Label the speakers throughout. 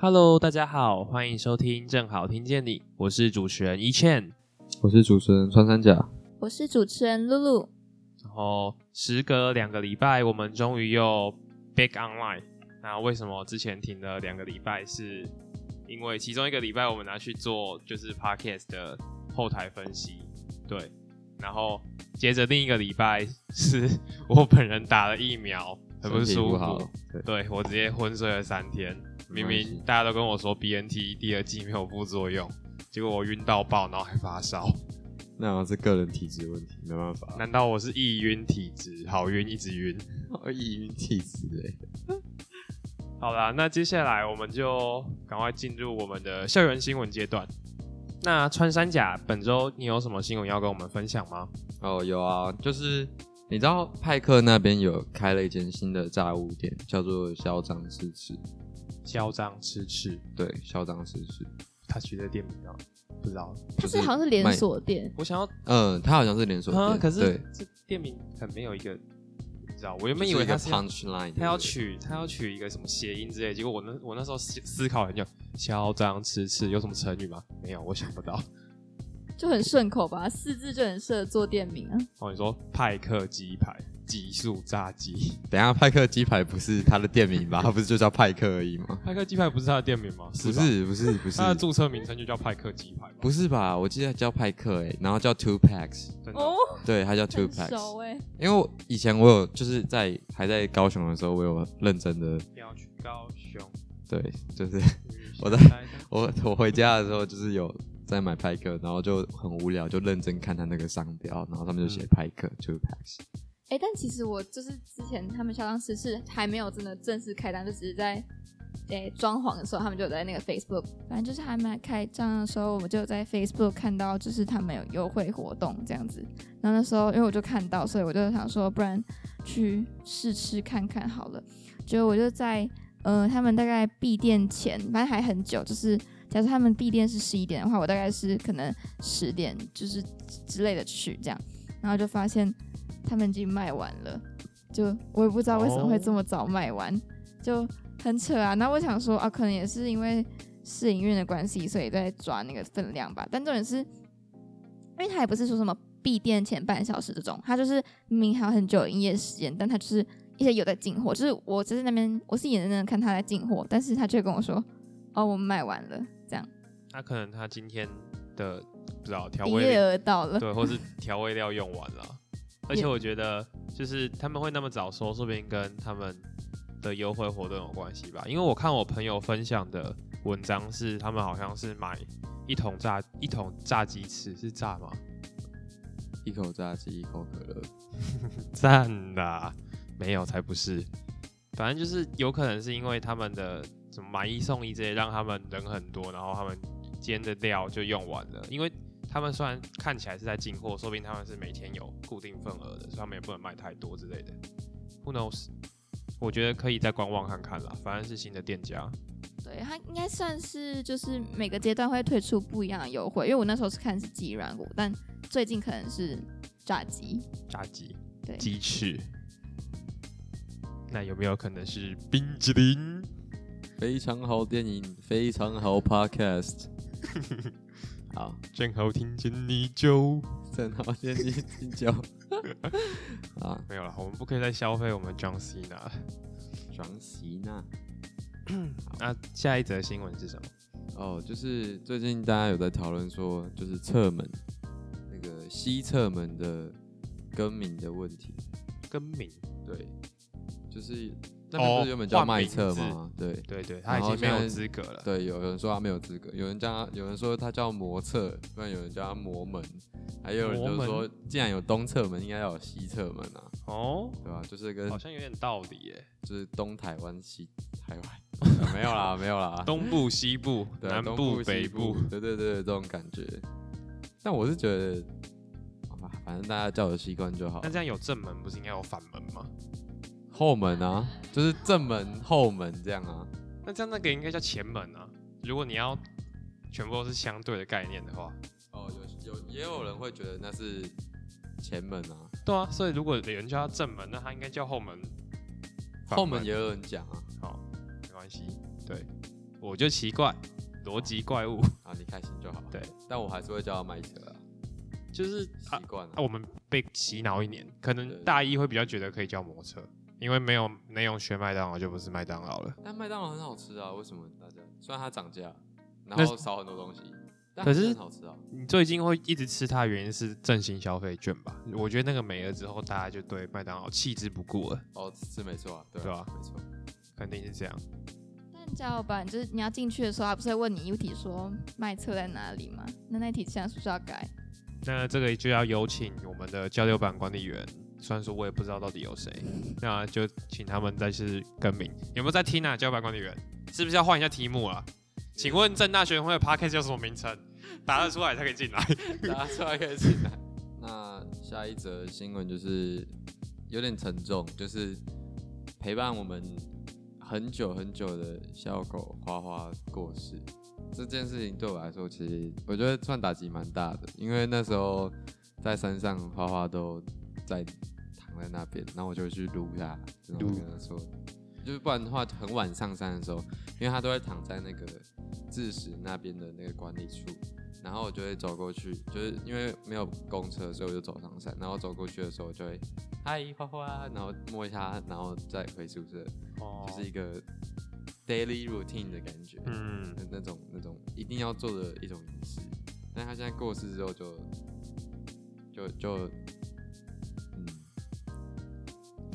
Speaker 1: Hello，大家好，欢迎收听《正好听见你》，我是主持人一倩。
Speaker 2: 我是主持人穿山甲，
Speaker 3: 我是主持人露露，
Speaker 1: 然后时隔两个礼拜，我们终于又 back online。那为什么之前停了两个礼拜？是因为其中一个礼拜我们拿去做就是 podcast 的后台分析，对。然后接着另一个礼拜是我本人打了疫苗，很不
Speaker 2: 身体
Speaker 1: 舒
Speaker 2: 不
Speaker 1: 服
Speaker 2: 好，，对，
Speaker 1: 对我直接昏睡了三天，明
Speaker 2: 没关系
Speaker 1: 明大家都跟我说 BNT 第二季没有副作用，结果我晕到爆，然后还发烧。
Speaker 2: 那好像是个人体质问题，没办法。
Speaker 1: 难道我是易晕体质？好晕，一直哦晕。欸
Speaker 2: 那易晕体质哎，
Speaker 1: 好啦，那接下来我们就赶快进入我们的校园新闻阶段。那穿山甲，本周你有什么新闻要跟我们分享吗？
Speaker 2: 哦，有啊，就是你知道派克那边有开了一间新的炸物店，叫做嚣张吃吃，
Speaker 1: 嚣张吃吃，
Speaker 2: 对，嚣张吃吃，
Speaker 1: 他取的店名啊，不知道。
Speaker 3: 它是好像是连锁店，
Speaker 1: 我想要
Speaker 2: 嗯，它好像是连锁
Speaker 1: 啊，
Speaker 2: 店，
Speaker 1: 可
Speaker 2: 对
Speaker 1: 是，这店名很没有一个，不知道。我原
Speaker 2: 我
Speaker 1: 本以为
Speaker 2: 一个
Speaker 1: 他是要
Speaker 2: punch line，
Speaker 1: 他要取他要取一个什么谐音之类，结果我那我那时候思思考很久，嚣张吃吃有什么成语吗？没有，我想不到。
Speaker 3: 就很顺口吧，四字就很适合做店名啊。
Speaker 1: 哦，你说派克鸡排、极速炸鸡。
Speaker 2: 等一下派克鸡排不是它的店名吧？它不是就叫派克而已吗？
Speaker 1: 派克鸡 排不是他的店名吗？
Speaker 2: 不
Speaker 1: 吧，啊
Speaker 2: 是，不是，不是
Speaker 1: 他，的注册名称就叫派克鸡排吧？
Speaker 2: 不是吧？我记得叫派克哎，然后叫 Two Packs，
Speaker 1: 真的
Speaker 3: 哦，
Speaker 2: 对，它叫 Two
Speaker 3: 很
Speaker 2: Packs。
Speaker 3: 熟哎、
Speaker 2: 因为我以前我有就是在还在高雄的时候，我有认真的
Speaker 1: 要去高雄。
Speaker 2: 对，就是我
Speaker 1: 的
Speaker 2: 的我我回家的时候就是有在买派克，然后就很无聊，就认真看他那个商标，然后上面就写
Speaker 1: 嗯
Speaker 2: 派克，就是 packs。
Speaker 3: 哎、但其实我就是之前他们销量是是还没有真的正式开张，就只是在诶装、潢的时候，他们就有在那个 Facebook，反正就是还没开张的时候，我们就有在 Facebook 看到就是他们有优惠活动这样子。然后那时候因为我就看到，所以我就想说，不然去试吃看看好了。结果我就在呃他们大概闭店前，反正还很久，就是。假设他们闭店是十一点的话，我大概是可能十点就是之类的去这样，然后就发现他们已经卖完了，就我也不知道为什么会这么早卖完，就很扯啊。那我想说啊，可能也是因为试营运的关系，所以在抓那个分量吧。但重点是，因为他也不是说什么闭店前半小时这种，他就是明明还有很久的营业时间，但他就是一些有在进货，就是我只是那边我是眼睁睁地看他在进货，但是他却跟我说哦，我们卖完了，这样
Speaker 1: 那可能他今天的不知道调
Speaker 3: 营
Speaker 1: 味
Speaker 3: 业
Speaker 1: 料
Speaker 3: 额到了，
Speaker 1: 对，或是调味料用完了。而且
Speaker 3: 也
Speaker 1: 我觉得，就是他们会那么早说，说不定跟他们的优惠活动有关系吧。因为我看我朋友分享的文章是，他们好像是买一桶炸一桶炸鸡翅，是炸吗？
Speaker 2: 一口炸鸡，一口可乐，
Speaker 1: 赞啦，没有才不是。反正就是有可能是因为他们的什么买一送一这些，让他们人很多，然后他们煎的料就用完了。因为他们虽然看起来是在进货，说不定他们是每天有固定份额的，所以他们也不能卖太多之类的。Who knows？我觉得可以再观望看看啦，反正是新的店家。
Speaker 3: 对，它应该算是就是每个阶段会推出不一样的优惠，因为我那时候是看是鸡软骨，但最近可能是炸鸡，
Speaker 1: 炸鸡、
Speaker 3: 对
Speaker 1: 鸡翅，那有没有可能是冰淇淋？
Speaker 2: 非常好电影，非常好 podcast。好，
Speaker 1: 正好听见你就。
Speaker 2: 正好电影进酒啊，
Speaker 1: 没有了，我们不可以再消费我们 John Cena 了。
Speaker 2: 爽喜呢？
Speaker 1: 那下一则新闻是什么？
Speaker 2: 哦，就是最近大家有在讨论说，就是侧门那个西侧门的更名的问题。
Speaker 1: 更名？
Speaker 2: 对，就是那边不
Speaker 1: 哦
Speaker 2: 是原本叫
Speaker 1: 换
Speaker 2: 麦
Speaker 1: 名
Speaker 2: 侧
Speaker 1: 字
Speaker 2: 吗？对
Speaker 1: 对对，他已
Speaker 2: 然后
Speaker 1: 经没有
Speaker 2: 现在
Speaker 1: 资格了。
Speaker 2: 对，有人说他没有资格，有人叫他，有人说他叫魔侧，不然有人叫他魔门，还有人
Speaker 1: 魔
Speaker 2: 就
Speaker 1: 门
Speaker 2: 说，既然有东侧门，应该要有西侧门啊，
Speaker 1: 哦，
Speaker 2: 对吧、就是跟
Speaker 1: 好像有点道理耶。
Speaker 2: 就是东台湾西台湾、 啊没有啦，没有啦，
Speaker 1: 东部、西部、
Speaker 2: 对啊
Speaker 1: 南
Speaker 2: 东
Speaker 1: 部、
Speaker 2: 西
Speaker 1: 北
Speaker 2: 部，对对对，这种感觉。但我是觉得，好吧，反正大家叫我习惯就好
Speaker 1: 那。这样有正门，不是应该有反门吗？
Speaker 2: 后门啊，就是正门、后门这样啊。
Speaker 1: 那这样那个应该叫前门啊。如果你要全部都是相对的概念的话，
Speaker 2: 哦，有有也有人会觉得那是前门啊，
Speaker 1: 对啊。所以如果有人叫它正门，那它应该叫后门。
Speaker 2: 后门也有人讲啊。
Speaker 1: 好，没关系。对，我就奇怪，逻辑怪物
Speaker 2: 啊，你开心就好。
Speaker 1: 对，
Speaker 2: 但我还是会叫他麦车啊，
Speaker 1: 就是啊
Speaker 2: 习惯了
Speaker 1: 啊，。我们被洗脑一年，可
Speaker 2: 对
Speaker 1: 能大一会比较觉得可以叫摩托车，因为没有内容学麦当劳就不是麦当劳了。
Speaker 2: 但麦当劳很好吃啊，为什么大家虽然它涨价，然
Speaker 1: 那
Speaker 2: 后少很多东西，但
Speaker 1: 可
Speaker 2: 还
Speaker 1: 是
Speaker 2: 很好吃啊。
Speaker 1: 你最近会一直吃它，的原因是振兴消费券吧？我觉得那个没了之后，大家就对麦当劳弃之不顾了，
Speaker 2: 哦，是没错啊，对
Speaker 1: 对啊
Speaker 2: 没错。
Speaker 1: 肯定是这样。
Speaker 3: 但加油版就是你要进去的时候，他不是会问你一题说卖车在哪里吗？那那题现在是不是要改？
Speaker 1: 那这个就要有请我们的交流版管理员，虽然说我也不知道到底有谁，那就请他们再次更名。有没有在听啊？交流版管理员是不是要换一下题目啊？请问正大学生会的 podcast 叫什么名称？答得出来才可以进来。
Speaker 2: 大家出来可以进来。 那下一则新闻就是有点沉重，就是陪伴我们很久很久的小狗花花过世。这件事情对我来说，其实我觉得算打击蛮大的，因为那时候在山上，花花都在躺在那边，然后我就去撸它，然后
Speaker 1: 撸
Speaker 2: 跟它说，就是不然的话，很晚上山的时候，因为它都会躺在那个智石那边的那个管理处，然后我就会走过去，就是因为没有公车，所以我就走上山。然后走过去的时候，我就会嗨花花，然后摸一下它，然后再回宿舍，
Speaker 1: 哦
Speaker 2: 就是一个 daily routine 的感觉，
Speaker 1: 嗯，
Speaker 2: 那那种那种一定要做的一种仪式。但他现在过世之后就，就就嗯，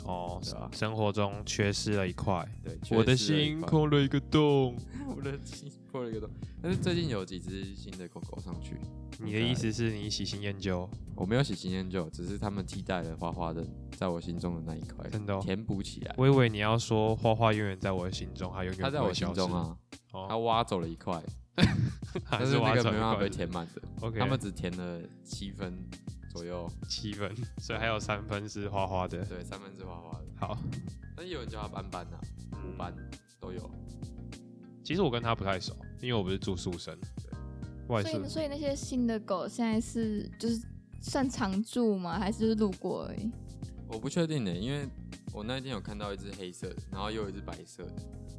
Speaker 1: 哦
Speaker 2: 对啊，
Speaker 1: 生活中缺失了一块，
Speaker 2: 对，
Speaker 1: 我的
Speaker 2: 缺失了一
Speaker 1: 心
Speaker 2: 块，
Speaker 1: 空了一个洞。
Speaker 2: 我的心破了一个洞。但是最近有几只新的狗狗上去，
Speaker 1: 你的意思是你喜新厌旧？
Speaker 2: 我没有喜新厌旧，只是他们替代了花花的在我心中的那一块，
Speaker 1: 真的哦
Speaker 2: 填补起来。
Speaker 1: 我以为你要说花花永远在我的心中，它永远
Speaker 2: 他在
Speaker 1: 不
Speaker 2: 我
Speaker 1: 会
Speaker 2: 心
Speaker 1: 消
Speaker 2: 中
Speaker 1: 失，
Speaker 2: 啊，他
Speaker 1: 哦，
Speaker 2: 挖走了一块，
Speaker 1: 还
Speaker 2: 但是那
Speaker 1: 挖
Speaker 2: 个
Speaker 1: 走
Speaker 2: 没
Speaker 1: 一
Speaker 2: 办法
Speaker 1: 块
Speaker 2: 被
Speaker 1: 是
Speaker 2: 填满的，
Speaker 1: OK，
Speaker 2: 他们只填了七分左右，
Speaker 1: 七分，所以还有三分是花花的。
Speaker 2: 对，三分之花花的。
Speaker 1: 好，
Speaker 2: 但有人叫他班班呐、啊，五班都有。
Speaker 1: 其实我跟他不太熟，因为我不是住宿生，外
Speaker 3: 所
Speaker 1: 宿
Speaker 3: 以所以那些新的狗现在是就是算常住吗？还是就是路过而已？
Speaker 2: 我不确定呢、因为我那一天有看到一只黑色的，然后又有一只白色的，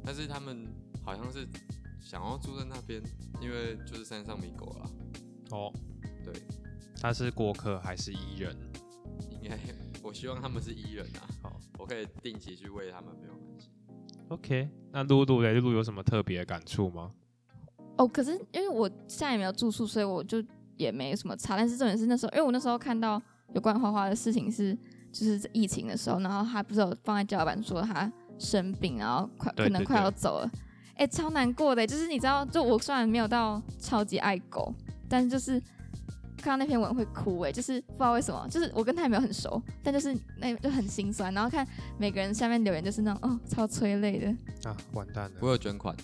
Speaker 2: 但是他们好像是想要住在那边，因为就是山上没狗啦。
Speaker 1: 哦。
Speaker 2: 对，
Speaker 1: 他是过客还是伊人？
Speaker 2: 应该我希望他们是伊人啊，
Speaker 1: 好
Speaker 2: 我可以定期去喂他们，没有关系。
Speaker 1: ，OK。那露露嘞，露露有什么特别的感触吗？
Speaker 3: 哦，可是因为我现在也没有住宿，所以我就也没什么差。但是重点是那时候，因为我那时候看到有关花花的事情是，就是疫情的时候，然后他不是有放在教板说他生病，然后快
Speaker 1: 对
Speaker 3: 可能
Speaker 1: 对
Speaker 3: 快
Speaker 1: 对
Speaker 3: 要走了，哎、超难过的。就是你知道，就我虽然没有到超级爱狗，但是就是。看到那篇文会哭哎、就是不知道为什么，就是我跟他也没有很熟，但就是那就很心酸。然后看每个人下面留言，就是那种哦超催泪的，
Speaker 1: 啊，完蛋
Speaker 2: 我
Speaker 1: 了，
Speaker 2: 有捐款，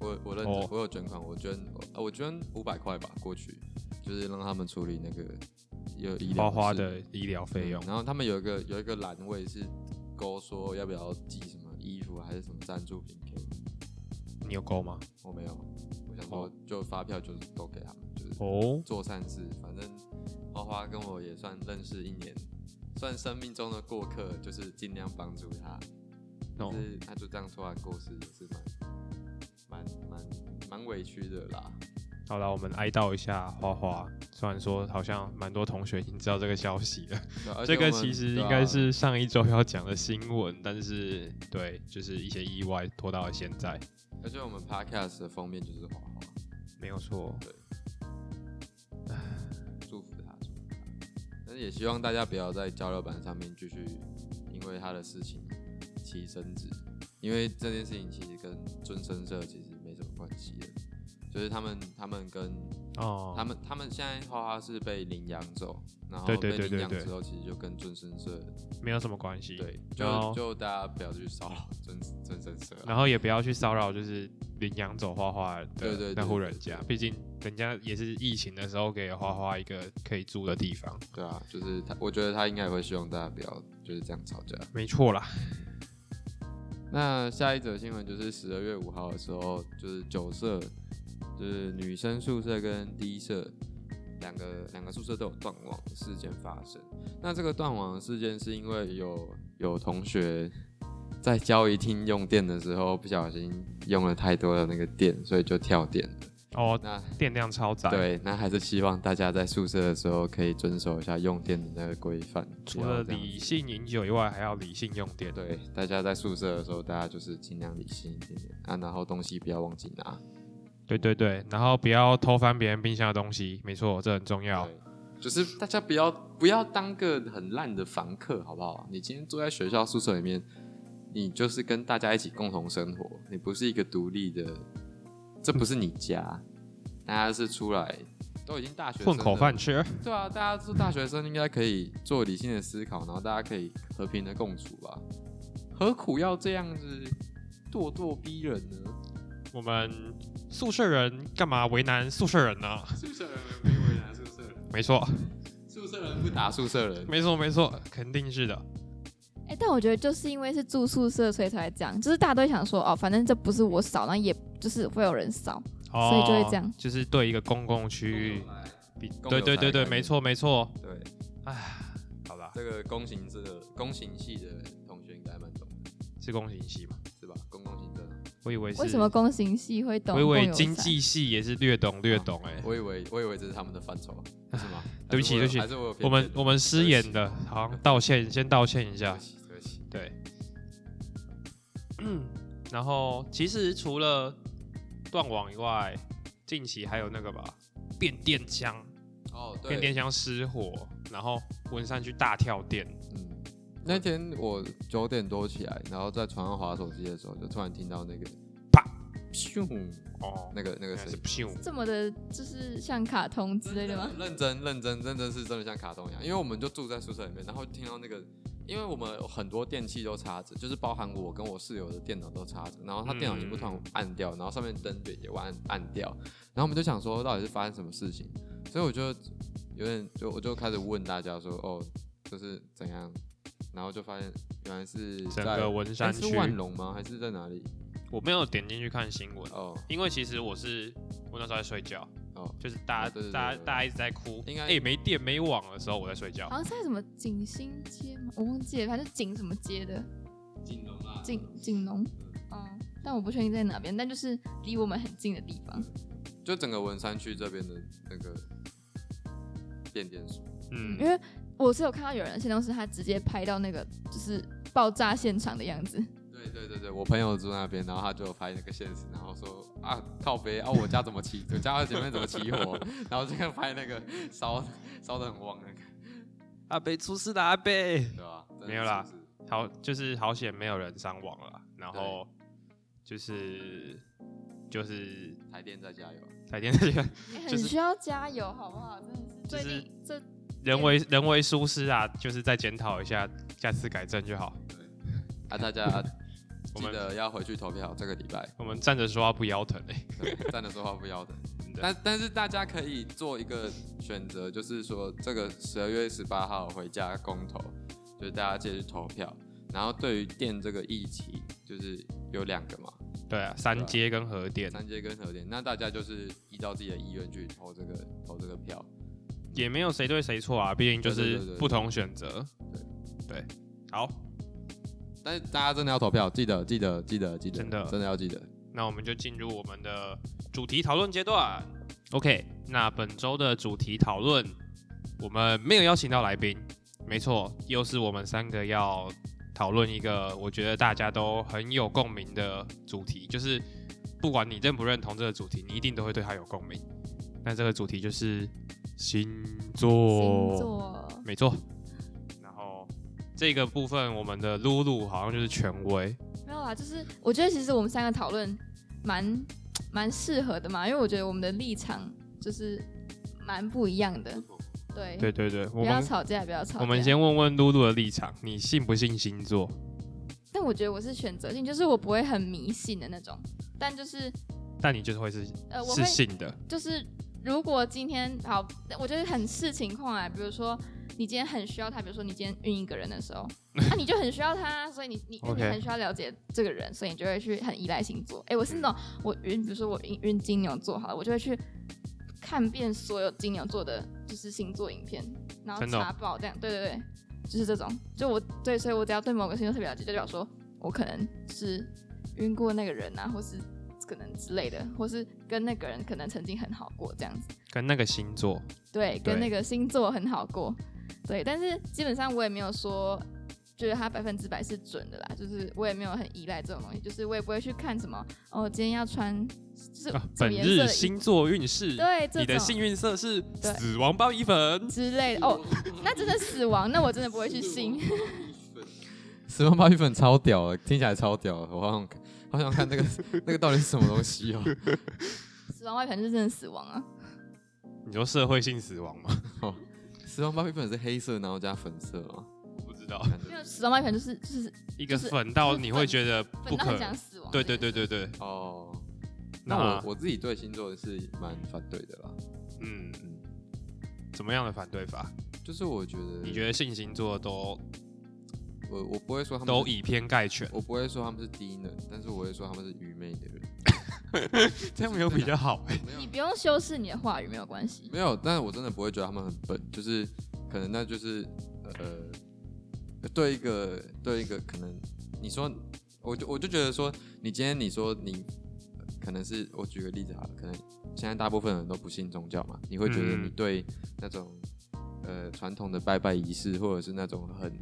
Speaker 2: 我我认真
Speaker 1: 哦
Speaker 2: 我有捐款，我捐呃我我捐五百块吧，过去就是让他们处理那个有医疗
Speaker 1: 花花
Speaker 2: 事
Speaker 1: 的医疗费用
Speaker 2: 嗯。然后他们有一个有一个栏位是勾说要不要寄什么衣服还是什么赞助品给我，
Speaker 1: 你有勾吗？
Speaker 2: 我没有，我想说
Speaker 1: 哦
Speaker 2: 就发票就是都给他们，就是
Speaker 1: 哦，
Speaker 2: 做善事。反正花花跟我也算认识一年，算生命中的过客，就是尽量帮助他。
Speaker 1: 哦
Speaker 2: 但，是他就这样突然过世，也是蛮蛮蛮蛮委屈的啦。
Speaker 1: 好了，我们哀悼一下花花。虽然说好像蛮多同学已经知道这个消息了，
Speaker 2: 对而
Speaker 1: 这
Speaker 2: 且我
Speaker 1: 个
Speaker 2: 们
Speaker 1: 其实
Speaker 2: 对啊
Speaker 1: 应该是上一周要讲的新闻，但是对，就是一些意外拖到了现在，
Speaker 2: 而且我们 podcast 的封面就是花花，
Speaker 1: 没有错。
Speaker 2: 祝福他，祝福他。但是也希望大家不要在交流板上面继续因为他的事情起争执，因为这件事情其实跟尊生社其实没什么关系的，就是他们他们跟
Speaker 1: 哦，
Speaker 2: 他们他们现在花花是被领养走，然后
Speaker 1: 对
Speaker 2: 被
Speaker 1: 对对
Speaker 2: 领养
Speaker 1: 对对
Speaker 2: 之后其实就跟尊生社
Speaker 1: 没有什么关系。
Speaker 2: 对，
Speaker 1: 然
Speaker 2: 就
Speaker 1: 后
Speaker 2: 就大家不要去骚扰 尊尊生社啊，
Speaker 1: 然后也不要去骚扰，就是领养走花花
Speaker 2: 对对
Speaker 1: 的
Speaker 2: 对
Speaker 1: 那户人家，毕竟人家也是疫情的时候给了花花一个可以住的地方。
Speaker 2: 对啊，就是他，我觉得他应该也会希望大家不要就是这样吵架。
Speaker 1: 没错啦。
Speaker 2: 那下一则新闻就是十二月五号的时候，就是九社，就是女生宿舍跟第一社两个两个宿舍都有断网的事件发生。那这个断网的事件是因为有有同学在交易厅用电的时候，不小心用了太多的那个电，所以就跳电了。
Speaker 1: 哦，
Speaker 2: 那
Speaker 1: 电量超载。，
Speaker 2: 对，那还是希望大家在宿舍的时候可以遵守一下用电的那个规范，
Speaker 1: 除
Speaker 2: 不要
Speaker 1: 了
Speaker 2: 这样
Speaker 1: 理
Speaker 2: 子
Speaker 1: 性饮酒以外，还要理性用电。
Speaker 2: 对，大家在宿舍的时候，大家就是尽量理性一点点啊，然后东西不要忘记拿。
Speaker 1: 对对对，然后不要偷翻别人冰箱的东西，没错，这很重要。
Speaker 2: 对，就是大家不要不要当个很烂的房客，好不好？你今天住在学校宿舍里面，你就是跟大家一起共同生活，你不是一个独立的，这不是你家，大家是出来都已经大学
Speaker 1: 混
Speaker 2: 生
Speaker 1: 口
Speaker 2: 了
Speaker 1: 饭吃，
Speaker 2: 对啊，大家是大学生，应该可以做理性的思考，然后大家可以和平的共处吧。何苦要这样子咄咄逼人呢？
Speaker 1: 我们宿舍人干嘛为难宿舍人呢？
Speaker 2: 宿舍人没有为难宿舍人，
Speaker 1: 没错，
Speaker 2: 宿舍人不打宿舍人。
Speaker 1: 没错，没错，肯定是的。
Speaker 3: 哎、但我觉得就是因为是住宿舍，所以才会这样。就是大家都会想说，哦，反正这不是我扫，然后也就是会有人扫。
Speaker 1: 哦
Speaker 3: 所以就会这样
Speaker 1: 就是对一个公共区域，比
Speaker 2: 公
Speaker 1: 对
Speaker 2: 有
Speaker 1: 对
Speaker 2: 财
Speaker 1: 对对，
Speaker 2: 概
Speaker 1: 没
Speaker 2: 念
Speaker 1: 错没错。
Speaker 2: 对，
Speaker 1: 唉，好吧，
Speaker 2: 这个公行这个公行系的同学应该蛮懂的，
Speaker 1: 是公行系嘛？
Speaker 2: 是吧？公共行政啊，
Speaker 1: 我以为是，
Speaker 3: 为什么公行系会懂
Speaker 1: 我以
Speaker 3: 共有财？
Speaker 1: 为经济系也是略懂略懂哎、
Speaker 2: 哦我以为我以为这是他们的范畴，是吗？
Speaker 1: 对不起
Speaker 2: 还是
Speaker 1: 对不起
Speaker 2: 我有还是我有偏
Speaker 1: 我们
Speaker 2: 见
Speaker 1: 我们失言的，好像道歉，先道歉一
Speaker 2: 对
Speaker 1: 下
Speaker 2: 不。起对不起，
Speaker 1: 对，
Speaker 2: 嗯
Speaker 1: 然后其实除了断网以外，近期还有那个吧，变电箱，
Speaker 2: 哦
Speaker 1: 变
Speaker 2: 对
Speaker 1: 电，箱失火，然后文山区大跳电，
Speaker 2: 嗯，那天我九点多起来，然后在床上划手机的时候，就突然听到那个
Speaker 1: 啪
Speaker 2: 咻
Speaker 1: 哦，
Speaker 2: 那个那个
Speaker 1: 应该
Speaker 2: 声
Speaker 1: 是
Speaker 2: 音。
Speaker 1: 咻，
Speaker 3: 这么的，就是像卡通之类 的吗？
Speaker 2: 认真认真认真是真的像卡通一样，因为我们就住在宿舍里面，然后听到那个，因为我们有很多电器都插着，就是包含我跟我室友的电脑都插着，然后他电脑
Speaker 1: 嗯
Speaker 2: 荧幕突然暗掉，然后上面灯也也暗暗掉，然后我们就想说到底是发生什么事情，所以我就有点就我就开始问大家说哦，就是怎样，然后就发现原来是
Speaker 1: 整
Speaker 2: 在
Speaker 1: 个文山
Speaker 2: 诶是
Speaker 1: 区，
Speaker 2: 万隆吗？还是在哪里？
Speaker 1: 我没有点进去看新闻，
Speaker 2: 哦
Speaker 1: 因为其实我是我那时候在睡觉，
Speaker 2: 哦，
Speaker 1: 就是大家、
Speaker 2: 啊对对对
Speaker 1: 大家
Speaker 2: 对
Speaker 1: 大家一直在哭，
Speaker 2: 应该啊
Speaker 1: 哎、没电没网的时候我在睡觉
Speaker 3: 好，像是在什么景星街吗？我忘记了，反正景什么街的，
Speaker 2: 锦隆
Speaker 1: 啊
Speaker 2: 啦
Speaker 3: 景景农，嗯，但我不确定在哪边，但就是离我们很近的地方。
Speaker 2: 就整个文山区这边的那个变电所。
Speaker 1: 嗯
Speaker 3: 因，为我是有看到有人，现在是他直接拍到那个就是爆炸现场的样子，
Speaker 2: 对对对对，我朋友住那边，然后他就有拍那个现实，然后说啊靠北啊我家怎么起，我家前面怎么起 火，然后就看拍那个烧烧的很旺那个，
Speaker 1: 阿北出事了，阿北。
Speaker 2: 对吧？真的
Speaker 1: 没有啦
Speaker 2: 是不是
Speaker 1: 好，就是好险没有人伤亡了啦，然后就是就是
Speaker 2: 台电在加油。啊
Speaker 1: 台电这个
Speaker 3: 欸
Speaker 1: 就
Speaker 3: 很
Speaker 1: 是
Speaker 3: 需要加油，好不好？真的是最
Speaker 1: 就是
Speaker 3: 近这
Speaker 1: 人为人为疏失啊，就是再检讨一下，下次改正就好。
Speaker 2: 啊，大家
Speaker 1: 我
Speaker 2: 记
Speaker 1: 们
Speaker 2: 得要回去投票，这个礼 拜
Speaker 1: 我们站着说话不腰疼哎、
Speaker 2: 对站着说话不腰疼。
Speaker 1: 真的
Speaker 2: 但但是大家可以做一个选择，就是说这个十二月十八号回家公投，就是大家继续投票。然后对于电这个议题，就是有两个嘛，
Speaker 1: 对啊，三阶跟核电
Speaker 2: 三阶跟核电，那大家就是依照自己的意愿去投这个投这个票。
Speaker 1: 也没有谁对谁错啊，毕竟就
Speaker 2: 对对
Speaker 1: 是
Speaker 2: 对对对
Speaker 1: 不同选择。对，好，
Speaker 2: 但是大家真的要投票，记得记得记得记得，
Speaker 1: 真的
Speaker 2: 真的要记得。
Speaker 1: 那我们就进入我们的主题讨论阶段。OK，那本周的主题讨论，我们没有邀请到来宾，没错，又是我们三个要讨论一个我觉得大家都很有共鸣的主题，就是不管你认不认同这个主题，你一定都会对它有共鸣。那这个主题就是星座，
Speaker 3: 星座
Speaker 1: 没错。然后这个部分，我们的露露好像就是权威，
Speaker 3: 没有啦，就是我觉得其实我们三个讨论蛮蛮适合的嘛，因为我觉得我们的立场就是蛮不一样的。对，
Speaker 1: 对对对，我
Speaker 3: 不要
Speaker 1: 们
Speaker 3: 吵架，不要吵架。
Speaker 1: 我们先问问露露的立场，你信不信星座？
Speaker 3: 但我觉得我是选择性，就是我不会很迷信的那种，但就是
Speaker 1: 但你就是会是、
Speaker 3: 呃，我会
Speaker 1: 是信的，
Speaker 3: 就是如果今天好，我觉得很视情况啊，比如说你今天很需要他，比如说你今天晕一个人的时候，那、你就很需要他，所以你你
Speaker 1: OK
Speaker 3: 你很需要了解这个人，所以你就会去很依赖星座。哎、我是那种我晕，比如说我晕晕金牛座好了，我就会去看遍所有金牛座的就是星座影片，然后
Speaker 1: 真的哦
Speaker 3: 查爆这样，对对对，就是这种。就我对，所以我只要对某个星座特别了解，就代表说我可能是晕过那个人啊，或是可能之类的，或是跟那个人可能曾经很好过这样子。
Speaker 1: 跟那个星座，
Speaker 3: 对，跟
Speaker 1: 对
Speaker 3: 那个星座很好过。对，但是基本上我也没有说觉得它百分之百是准的啦，就是我也没有很依赖这种东西，就是我也不会去看什么哦，今天要穿就是、
Speaker 1: 啊、
Speaker 3: 什么
Speaker 1: 本
Speaker 3: 颜色的
Speaker 1: 日
Speaker 3: 衣
Speaker 1: 星座运势，
Speaker 3: 对这
Speaker 1: 你的
Speaker 3: 种
Speaker 1: 幸运色是
Speaker 3: 对
Speaker 1: 死亡包衣粉。
Speaker 3: 之类的哦，那真的死亡，那我真的不会去信。
Speaker 2: 十万八玉粉超屌的，听起来超屌的，我好想好 想看那个那个到底是什么东西哦。
Speaker 3: 死亡外盘是真的死亡啊，
Speaker 1: 你说社会性死亡吗？
Speaker 2: 十万八玉粉是黑色，然后加粉色吗？
Speaker 1: 我不知道，
Speaker 3: 因为死亡外盘就是就是
Speaker 1: 一个
Speaker 3: 就是
Speaker 1: 粉到
Speaker 3: 就是
Speaker 1: 你会
Speaker 3: 粉
Speaker 1: 觉得
Speaker 3: 本
Speaker 1: 不
Speaker 3: 到
Speaker 1: 可
Speaker 3: 很，想死亡。
Speaker 1: 对对对对对。
Speaker 2: 哦，那我我自己对星座是蛮反对的啦，
Speaker 1: 嗯
Speaker 2: 嗯，
Speaker 1: 怎么样的反对法？
Speaker 2: 就是我觉得，
Speaker 1: 你觉得性星座都
Speaker 2: 我我不会说他们
Speaker 1: 都
Speaker 2: 是，
Speaker 1: 以偏概全，
Speaker 2: 我不会说他们是低能，但是我会说他们是愚昧的人。
Speaker 1: 这样没有比较好哎、
Speaker 2: 没有啊
Speaker 3: 你不用修饰你的话语，没有关系。
Speaker 2: 没有，但是我真的不会觉得他们很笨，就是可能那就是呃，对一个对一个可能你说，我就我就觉得说，你今天你说你呃可能是我举个例子好了，可能现在大部分人都不信宗教嘛，你会觉得
Speaker 1: 嗯
Speaker 2: 你对那种呃传统的拜拜仪式或者是那种很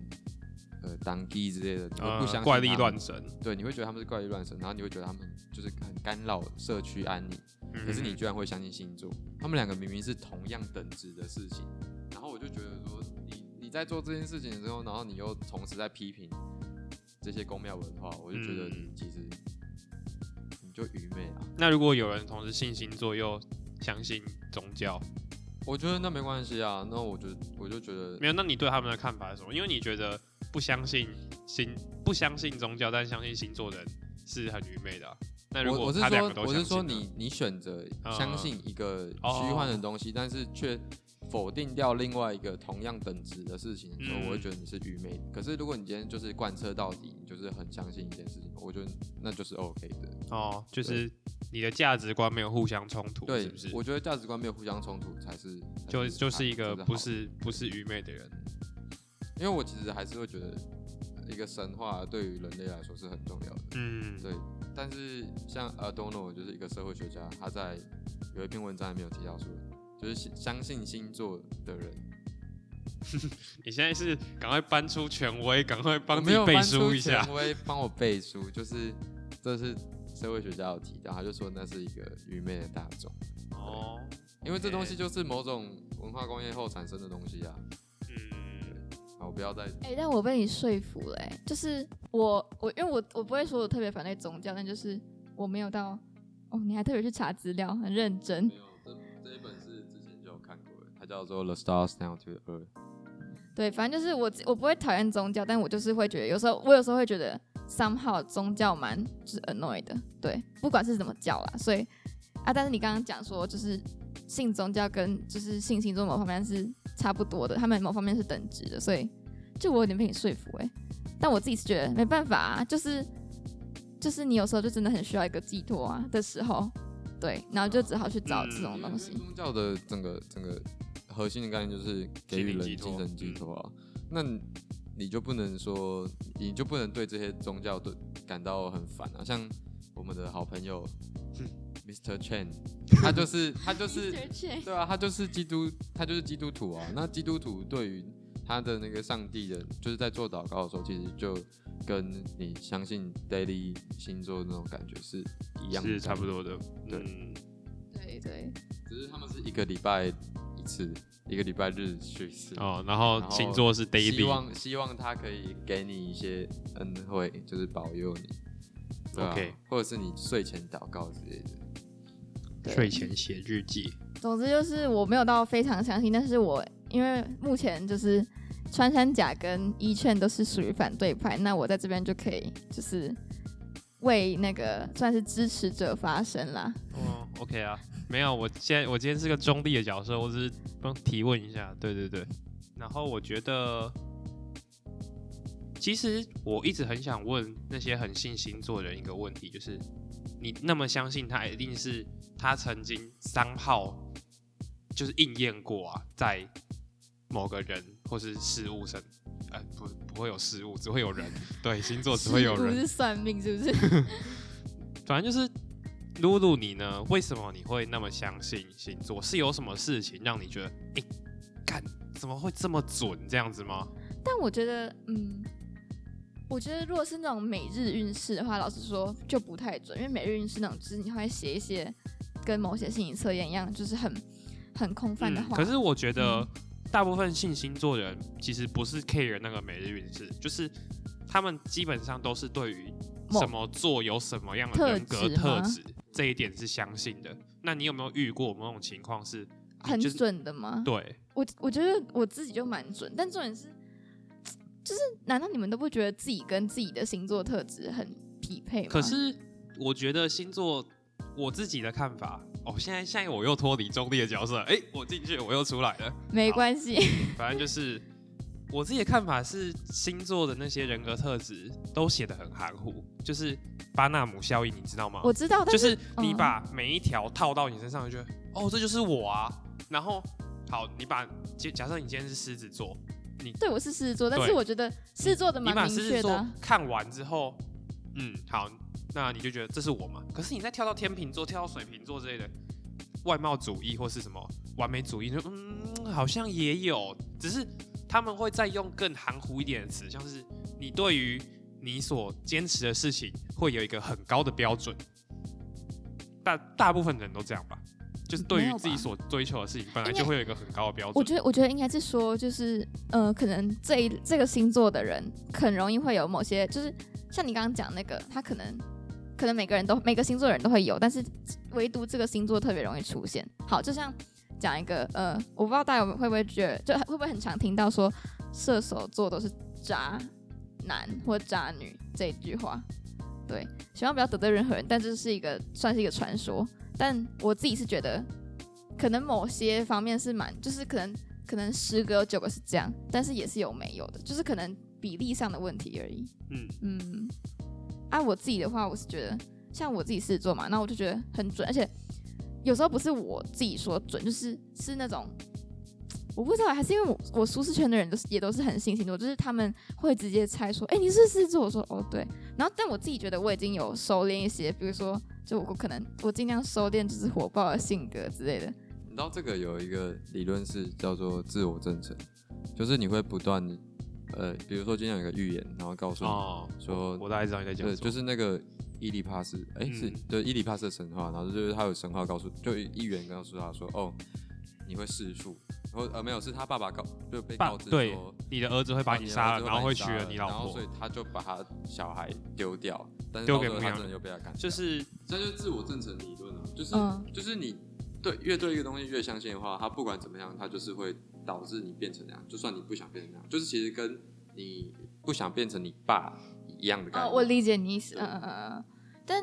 Speaker 2: 呃当地之类的，你会不
Speaker 1: 呃
Speaker 2: 相信
Speaker 1: 怪
Speaker 2: 他
Speaker 1: 力
Speaker 2: 们
Speaker 1: 乱神。
Speaker 2: 对，你会觉得他们是怪力乱神，然后你会觉得他们就是很干扰社区安宁。
Speaker 1: 嗯
Speaker 2: 可是你居然会相信星座，他们两个明明是同样等值的事情，然后我就觉得说，你你在做这件事情之后，然后你又同时在批评这些公庙文化，我就觉得你
Speaker 1: 嗯
Speaker 2: 其实你就愚昧啊。
Speaker 1: 那如果有人同时信星座又相信宗教，
Speaker 2: 我觉得那没关系啊，那我就我就觉得
Speaker 1: 没有，那你对他们的看法是什么？因为你觉得不相信星不相信宗教，但相信星座的人是很愚昧的啊、那如
Speaker 2: 我
Speaker 1: 果
Speaker 2: 我是
Speaker 1: 他两
Speaker 2: 说
Speaker 1: 个，都
Speaker 2: 我
Speaker 1: 相
Speaker 2: 是
Speaker 1: 信
Speaker 2: 说
Speaker 1: 呢
Speaker 2: 你你选择
Speaker 1: 嗯
Speaker 2: 相信一个
Speaker 1: 哦
Speaker 2: 虚幻的东西，但是却否定掉另外一个同样等值的事情的时候，
Speaker 1: 嗯
Speaker 2: 我会觉得你是愚昧的。可是如果你今天就是贯彻到底，你就是很相信一件事情，我觉得那就是 OK 的。
Speaker 1: 哦，就是你的价值观没有互相冲突，
Speaker 2: 对，
Speaker 1: 是不是？
Speaker 2: 我觉得价值观没有互相冲突才是，才
Speaker 1: 就就是
Speaker 2: 好
Speaker 1: 一个
Speaker 2: 才
Speaker 1: 不
Speaker 2: 好的
Speaker 1: 是不是愚昧的人。
Speaker 2: 因为我其实还是会觉得一个神话对于人类来说是很重要的。
Speaker 1: 嗯，
Speaker 2: 对，但是像 Adorno 就是一个社会学家，他在有一篇文章里面有提到说，就是信相信星座的人，
Speaker 1: 你现在是赶快搬出权威，赶快帮
Speaker 2: 我
Speaker 1: 自
Speaker 2: 没有
Speaker 1: 己背
Speaker 2: 翻
Speaker 1: 书
Speaker 2: 出
Speaker 1: 一下
Speaker 2: 权。威帮我背书，就是这是社会学家有提到，他就说那是一个愚昧的大众，
Speaker 1: 哦，
Speaker 2: 因为这东西
Speaker 1: OK
Speaker 2: 就是某种文化工业后产生的东西啊。
Speaker 1: 嗯，
Speaker 2: 好，不要再
Speaker 3: 哎、但我被你说服了、哎，就是我我因为我我不会说我特别反对宗教，但就是我没有到哦，你还特别去查资料，很认真
Speaker 2: 没。有这这一本是之前就有看过的，它叫做《The Stars Now to Earth》。
Speaker 3: 对，反正就是我我不会讨厌宗教，但我就是会觉得有时候我有时候会觉得 somehow 宗教蛮就是 annoy 的，对，不管是怎么教啦，所以啊，但是你刚刚讲说就是信宗教跟就是信星座某方面是差不多的，他们某方面是等值的，所以就我有点被你说服哎、但我自己是觉得没办法啊，就是就是你有时候就真的很需要一个寄托啊的时候，对，然后就只好去找这种
Speaker 2: 因为
Speaker 3: 东西，
Speaker 2: 宗教的整个整个核心的概念就是给予
Speaker 1: 心灵
Speaker 2: 人
Speaker 1: 寄托
Speaker 2: 精神寄托啊。那你你就不能说，你就不能对这些宗教对感到很烦啊。像我们的好朋友 Mr. Chen，他就是他就是
Speaker 3: Mr. Chen
Speaker 2: 对啊，他就是基督，他就是基督徒啊。那基督徒对于他的那个上帝的，就是在做祷告的时候，其实就跟你相信 daily 星座那种感觉是一样的，
Speaker 1: 是差不。多的。
Speaker 2: 对
Speaker 1: 嗯，
Speaker 3: 对对，
Speaker 2: 只是他们是一个礼拜一次，一个礼拜日去一次。
Speaker 1: 哦，然后
Speaker 2: 然后
Speaker 1: 星座是
Speaker 2: 希
Speaker 1: daily，OK，、
Speaker 2: 望希望他可以给你一些恩惠，就是保佑你。对啊
Speaker 1: OK
Speaker 2: 或者是你睡前祷告之类的。
Speaker 3: 对
Speaker 1: 睡前写日记。
Speaker 3: 总之就是我没有到非常相信，但是我因为目前就是穿山甲跟一券都是属于反对派，那我在这边就可以就是为那个算是支持者发声啦。
Speaker 1: 哦，OK 啊，没有，我现在我今天是个中立的角色，我只是帮提问一下。对对对，然后我觉得，其实我一直很想问那些很信星座的人一个问题，就是你那么相信他，一定是他曾经三号就是应验过啊，在某个人或是事物身，呃，不不会有事物，只会有人，对，星座只会有
Speaker 3: 不
Speaker 1: 人，
Speaker 3: 是算命是 不是？
Speaker 1: 反正就是露露，你呢？为什么你会那么相信星座？是有什么事情让你觉得，哎、干怎么会这么准这样子吗？
Speaker 3: 但我觉得，嗯，我觉得如果是那种每日运势的话，老实说就不太准，因为每日运势那种就是你会写一些跟某些心理测验一样，就是很很空泛的
Speaker 1: 嗯，
Speaker 3: 话。
Speaker 1: 可是我觉得大部分信星座的人其实不是 care 那个每日运势，就是他们基本上都是对于
Speaker 3: 某
Speaker 1: 什么座有什么样的人格
Speaker 3: 特质吗
Speaker 1: 特质这一点是相信的。那你有没有遇过某种情况是你
Speaker 3: 很
Speaker 1: 就是
Speaker 3: 准的吗？
Speaker 1: 对？
Speaker 3: 我我觉得我自己就蛮准，但重点是，就是难道你们都不觉得自己跟自己的星座特质很匹配吗？
Speaker 1: 可是我觉得星座，我自己的看法，哦，现在现在我又脱离中立的角色，哎、我进去我又出来了，
Speaker 3: 没关系，
Speaker 1: 反正就是我自己的看法是，星座的那些人格特质都写的很含糊，就是巴纳姆效应，你知道吗？
Speaker 3: 我知道，但
Speaker 1: 就是是你
Speaker 3: 嗯
Speaker 1: 把每一条套到你身上，你觉得哦，这就是我啊。然后好，你把假假设你今天是狮子座，
Speaker 3: 对我是狮子座，但
Speaker 1: 对
Speaker 3: 是我觉得狮子座的
Speaker 1: 你
Speaker 3: 蛮
Speaker 1: 把
Speaker 3: 明
Speaker 1: 狮
Speaker 3: 确
Speaker 1: 子
Speaker 3: 的
Speaker 1: 座
Speaker 3: 啊、
Speaker 1: 看完之后，嗯，好，那你就觉得这是我嘛？可是你再跳到天秤座、跳到水瓶座之类的，外貌主义或是什么完美主义，你就嗯，好像也有，只是他们会再用更含糊一点的词，像是你对于你所坚持的事情会有一个很高的标准。大大部分人都这样吧，就是对
Speaker 3: 没
Speaker 1: 于
Speaker 3: 有
Speaker 1: 自己
Speaker 3: 吧
Speaker 1: 所追求的事情，本来
Speaker 3: 因
Speaker 1: 就
Speaker 3: 为
Speaker 1: 会有一个很高的标
Speaker 3: 我
Speaker 1: 准。
Speaker 3: 觉得，我觉得应该是说，就是呃，可能这一这个星座的人很容易会有某些，就是像你刚刚讲那个，他可能可能每个人都每个星座的人都会有，但是呃唯独这个星座特别容易出现。好，就像讲一个呃，我不知道大家有没有会不会觉得，就会不会很常听到说射手座都是渣男或渣女这一句话。对，希望不要得罪任何人，但这是一个算是一个传说。但我自己是觉得，可能某些方面是蛮，就是可能可能十个有九个是这样，但是也是有没有的，就是可能比例上的问题而已。
Speaker 1: 嗯
Speaker 3: 嗯，啊，我自己的话，我是觉得像我自己狮子座嘛，那我就觉得很准，而且有时候不是我自己说准，就是是那种。我不知道，还是因为我我舒适圈的人都是也都是很信星座，就是他们会直接猜说，哎、你是狮子座，我说哦对，然后但我自己觉得我已经有收敛一些，比如说就我可能我尽量收敛就是火爆的性格之类的，
Speaker 2: 你知道这个有一个理论是叫做自我证成，就是你会不断，呃，比如说今天有一个预言，然后告诉你、
Speaker 1: 哦，
Speaker 2: 说
Speaker 1: 我大概知道你在讲
Speaker 2: 对，
Speaker 1: 什么
Speaker 2: 就。是那个伊利帕斯，哎、
Speaker 1: 嗯
Speaker 2: 是对伊利帕斯的神话，然后就是他有神话告诉，就一员告诉他说，哦，你会弑父，然后呃没有，是他爸爸告就被
Speaker 1: 爸
Speaker 2: 告知
Speaker 1: 对
Speaker 2: 说，
Speaker 1: 你的儿子会把
Speaker 2: 哦
Speaker 1: 你
Speaker 2: 的
Speaker 1: 杀
Speaker 2: 儿子
Speaker 1: 了，然后
Speaker 2: 把
Speaker 1: 会
Speaker 2: 你
Speaker 1: 娶
Speaker 2: 杀
Speaker 1: 了
Speaker 2: 了
Speaker 1: 你老
Speaker 2: 然后
Speaker 1: 婆
Speaker 2: 所以，他就把他小孩丢掉，但是
Speaker 1: 丢
Speaker 2: 到
Speaker 1: 给
Speaker 2: 最
Speaker 1: 牧
Speaker 2: 后他
Speaker 1: 羊
Speaker 2: 真的就被他干掉，
Speaker 1: 就是
Speaker 2: 这就是自我证成理论啊，就是、
Speaker 3: 嗯
Speaker 2: 就是你对越对一个东西越相信的话，它不管怎么样，它就是会导致你变成那样。就算你不想变成那样，就是其实跟你不想变成你爸一样的概念。
Speaker 3: 哦，我理解你意思，
Speaker 2: 对
Speaker 3: 嗯嗯嗯嗯。但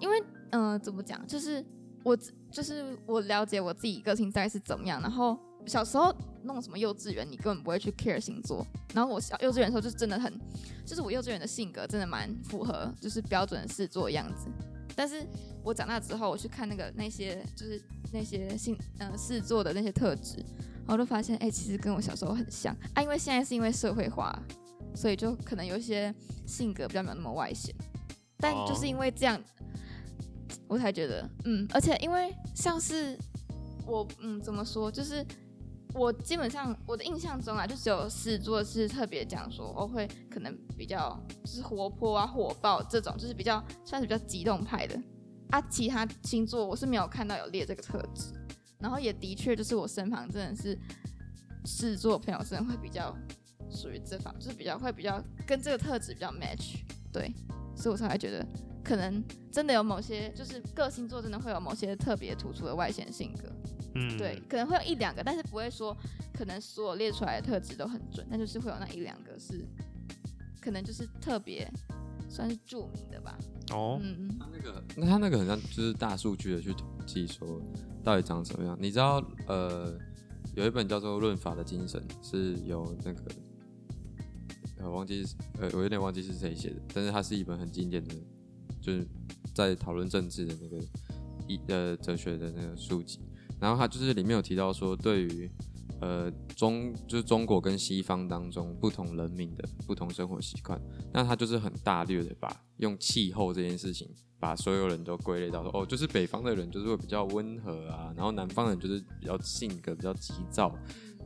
Speaker 3: 因为嗯、呃怎么讲，就是我自就是我了解我自己个性大概是怎么样。然后小时候弄什么幼稚园，你根本不会去 care 星座。然后我小幼稚园的时候就真的很，就是我幼稚园的性格真的蛮符合就是标准的狮子座的样子。但是我长大之后，我去看那个那些就是那些星呃狮子座的那些特质，然后就发现哎、其实跟我小时候很像啊。因为现在是因为社会化，所以就可能有一些性格比较没有那么外显。但
Speaker 1: 哦
Speaker 3: 就是因为这样，我才觉得嗯，而且因为像是我嗯怎么说，就是我基本上我的印象中啊，就只有狮子座是特别讲说我会可能比较就是活泼啊、火爆这种，就是比较算是比较激动派的。啊，其他星座我是没有看到有列这个特质，然后也的确就是我身旁真的是狮子座朋友，真的会比较属于这方，就是比较会比较跟这个特质比较 match，对，所以我才会觉得可能真的有某些就是各星座真的会有某些特别突出的外显性格，
Speaker 1: 嗯，
Speaker 3: 对，可能会有一两个，但是不会说可能所有列出来的特质都很准，但就是会有那一两个是可能就是特别算是著名的吧，
Speaker 1: 哦，
Speaker 3: 嗯嗯。
Speaker 2: 他那个，那他那个很像就是大数据的去统计说到底长什么样。你知道呃，有一本叫做《论法的精神》，是由那个呃忘记是呃我有点忘记是谁写的，但是它是一本很经典的，就是在讨论政治的那个一呃哲学的那个书籍。然后它就是里面有提到说，对于呃中就是中国跟西方当中不同人民的不同生活习惯，那它就是很大略的把用气候这件事情，把所有人都归类到说，哦，就是北方的人就是会比较温和啊，然后南方人就是比较性格比较急躁。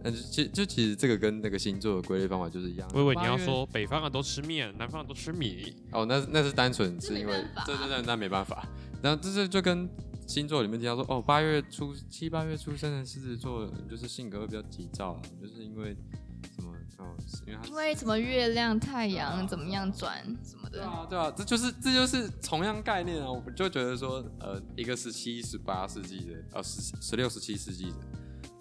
Speaker 2: 但是其就其实这个跟那个星座的归类方法就是一样的。
Speaker 1: 我以为你
Speaker 2: 八
Speaker 1: 要
Speaker 2: 月
Speaker 1: 说北方人都吃面，南方人都吃米，
Speaker 2: 哦，那那是单纯
Speaker 3: 这
Speaker 2: 是
Speaker 3: 没
Speaker 2: 因为
Speaker 3: 办法
Speaker 2: 对对对，那没办法。然后这是就跟星座里面提到说，哦，八月出七八月出生的狮子座，就是性格会比较急躁啊，就是因为什么哦，是因为他
Speaker 3: 因为什么月亮、太阳
Speaker 2: 啊
Speaker 3: 怎么样转什么
Speaker 2: 对
Speaker 3: 的，
Speaker 2: 啊对啊，这就是这就是同样概念啊。我就觉得说，呃，一个十七、十八世纪的，呃，十十六、十七世纪的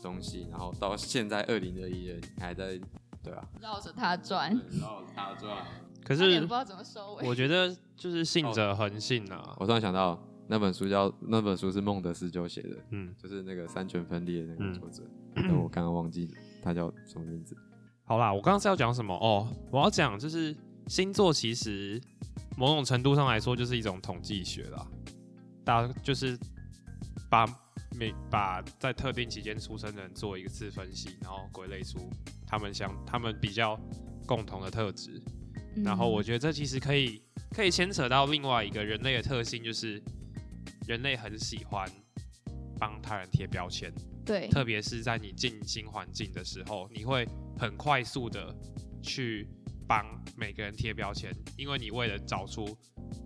Speaker 2: 东西，然后到现在二零二一了，你还在对啊，
Speaker 3: 绕着它转，
Speaker 2: 对绕着它转。
Speaker 1: 可
Speaker 3: 差点
Speaker 1: 是
Speaker 3: 不知道怎么收尾。
Speaker 1: 我觉得就是
Speaker 2: 哦
Speaker 1: 信者恒信啊。
Speaker 2: 我突然想到那本书叫那本书是孟德斯鸠写的。
Speaker 1: 嗯，
Speaker 2: 就是那个三权分立的那
Speaker 1: 嗯
Speaker 2: 个作者，但我刚刚忘记他叫什么名字。
Speaker 1: 好啦，我刚刚是要讲什么？哦，我要讲就是星座其实某种程度上来说就是一种统计学啦，大家就是把每把在特定期间出生的人做一次分析，然后归类出他们相他们比较共同的特质。
Speaker 3: 嗯
Speaker 1: 然后我觉得这其实可以可以牵扯到另外一个人类的特性，就是人类很喜欢帮他人贴标签，
Speaker 3: 对
Speaker 1: 特别是在你进新环境的时候，你会很快速的去帮每个人贴标签，因为你为了找出，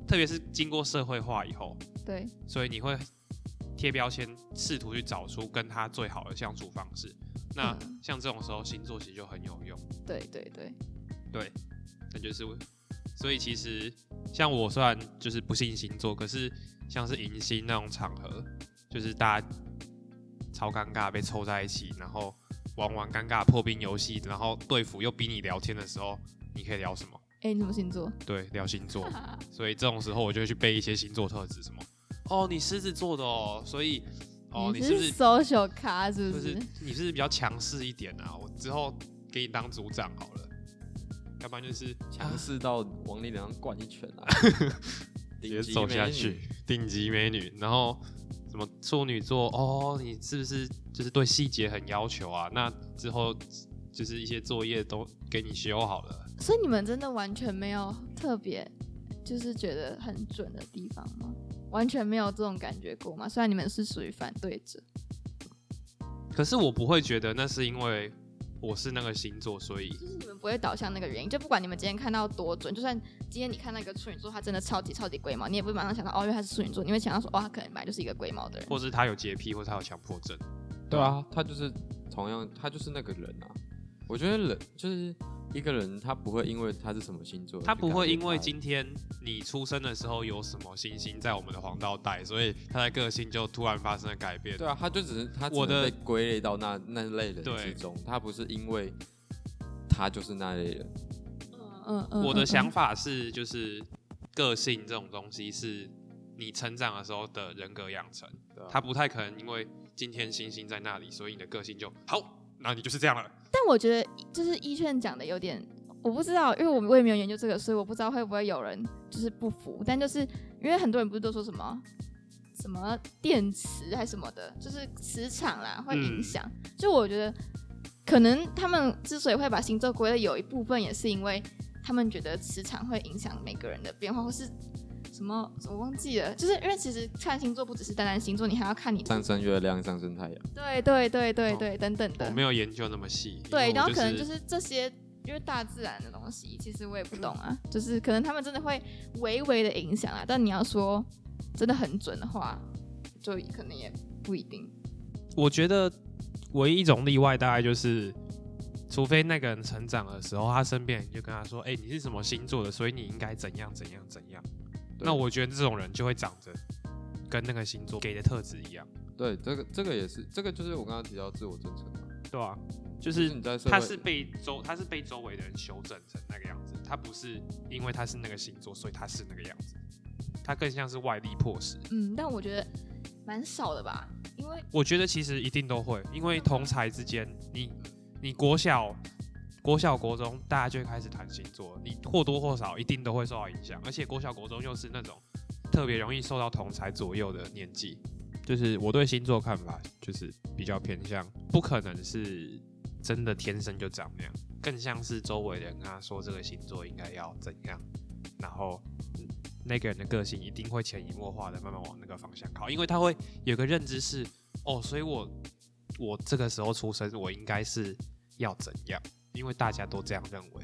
Speaker 1: 特别是经过社会化以后，
Speaker 3: 对，
Speaker 1: 所以你会贴标签，试图去找出跟他最好的相处方式。那
Speaker 3: 嗯
Speaker 1: 像这种时候，星座其实就很有用。
Speaker 3: 对对对，
Speaker 1: 对，那就是我，所以其实像我虽然就是不信星座，可是像是迎新那种场合，就是大家超尴尬被凑在一起，然后玩玩尴尬破冰游戏，然后对付又逼你聊天的时候，你可以聊什么？
Speaker 3: 哎，你什么星座？
Speaker 1: 对，聊星座。所以这种时候我就会去背一些星座特质，什么哦，你狮子座的哦，所以哦，你是不是
Speaker 3: social 咖？是
Speaker 1: 就
Speaker 3: 不
Speaker 1: 是
Speaker 3: 是？
Speaker 1: 你是不是比较强势一点啊？我之后给你当组长好了，要不然就是
Speaker 2: 强势到往你脸上灌一拳 啊！
Speaker 1: 直接走下去，顶级美女。然后什么处女座哦，你是不是就是对细节很要求啊？那之后就是一些作业都给你修好了。
Speaker 3: 所以你们真的完全没有特别，就是觉得很准的地方吗？完全没有这种感觉过吗？虽然你们是属于反对者，
Speaker 1: 可是我不会觉得那是因为我是那个星座，所以
Speaker 3: 就是你们不会导向那个原因。就不管你们今天看到多准，就算今天你看那个处女座，他真的超级超级龟毛，你也不会马上想到哦，因为他是处女座，你会想到说哦，他可能本来就是一个龟毛的人。
Speaker 1: 或是他有洁癖，或是他有强迫症。
Speaker 2: 对啊，他就是同样，他就是那个人啊。我觉得人就是一个人，他不会因为他是什么星座，
Speaker 1: 他不会因为今天你出生的时候有什么星星在我们的黄道带，所以他的个性就突然发生了改变。
Speaker 2: 对啊，他就只是他只
Speaker 1: 我
Speaker 2: 能
Speaker 1: 的
Speaker 2: 被归类到那那类人
Speaker 1: 对
Speaker 2: 之中，他不是因为他就是那类人。
Speaker 3: 嗯嗯嗯
Speaker 1: 我的想
Speaker 3: 法，
Speaker 1: 法是，就是个性这种东西是你成长的时候的人格养成，
Speaker 2: 对啊
Speaker 1: 它不太可能因为今天星星在那里，所以你的个性就好，那你就是这样了。
Speaker 3: 但我觉得就是一炫讲的有点，我不知道，因为我我也没有研究这个，所以我不知道会不会有人就是不服。但就是因为很多人不是都说什么什么电磁还是什么的，就是磁场啦会
Speaker 1: 嗯
Speaker 3: 影响。就我觉得可能他们之所以会把星座归类，有一部分也是因为他们觉得磁场会影响每个人的变化，或是。什么？我忘记了，就是因为其实看星座不只是单单星座，你还要看你
Speaker 2: 上升月亮，上升太阳，
Speaker 3: 对对对对对、等等的。
Speaker 1: 我哦没有研究那么细，因为
Speaker 3: 对，
Speaker 1: 我
Speaker 3: 然后可能
Speaker 1: 就
Speaker 3: 就是是这些，因为大自然的东西，其实我也不懂啊，就是可能他们真的会微微的影响啊，但你要说真的很准的话，就可能也不一定。
Speaker 1: 我觉得唯一一种例外大概就是，除非那个人成长的时候，他身边人就跟他说：“哎、你是什么星座的，所以你应该怎样怎样怎样。”
Speaker 2: 对
Speaker 1: 那我觉得这种人就会长着跟那个星座给的特质一样，
Speaker 2: 对这个这个也是这个就是我刚刚提到自我真诚啊，
Speaker 1: 对啊，就
Speaker 2: 就是是你在社会
Speaker 1: 他是被周他是被周围的人修正成那个样子，他不是因为他是那个星座，所以他是那个样子，他更像是外力迫使。
Speaker 3: 嗯，但我觉得蛮少的吧，因为
Speaker 1: 我觉得其实一定都会，因为同才之间，你你国小、国小、国中，大家就会开始谈星座，你或多或少一定都会受到影响。而且国小、国中又是那种特别容易受到同才左右的年纪，就是我对星座看法就是比较偏向，不可能是真的天生就长那样，更像是周围人啊说这个星座应该要怎样，然后。嗯那个人的个性一定会潜移默化的慢慢往那个方向靠，因为他会有个认知是，哦，所以我我这个时候出生，我应该是要怎样？因为大家都这样认为。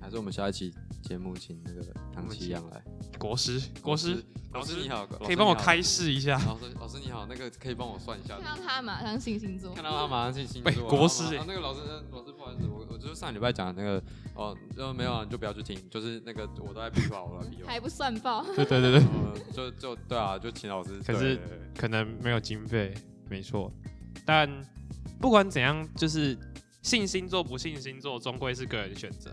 Speaker 2: 还是我们下一期节目请那个唐奇阳来？
Speaker 1: 国师，国师，
Speaker 2: 老师你好，老师
Speaker 1: 可以帮我
Speaker 2: 你好
Speaker 1: 开示一下？
Speaker 2: 老师，老师你好，那个可以帮我算一下
Speaker 3: 看。到他马上信星座
Speaker 2: 看，到他马上进星
Speaker 1: 喂
Speaker 2: 座，
Speaker 1: 国师
Speaker 2: 然
Speaker 1: 欸
Speaker 2: 后然后那个老师，呃老师不好意思，我我就是上礼拜讲的那个，哦，呃没有啊，你就不要去听，就是那个我都在屁话，我在屁话
Speaker 3: 还，不算爆，
Speaker 1: 对对对对，
Speaker 2: 呃就就对啊，就请老师。
Speaker 1: 可是
Speaker 2: 对对对
Speaker 1: 可能没有经费，没错。但不管怎样，就是信星座不信星座，终归是个人选择。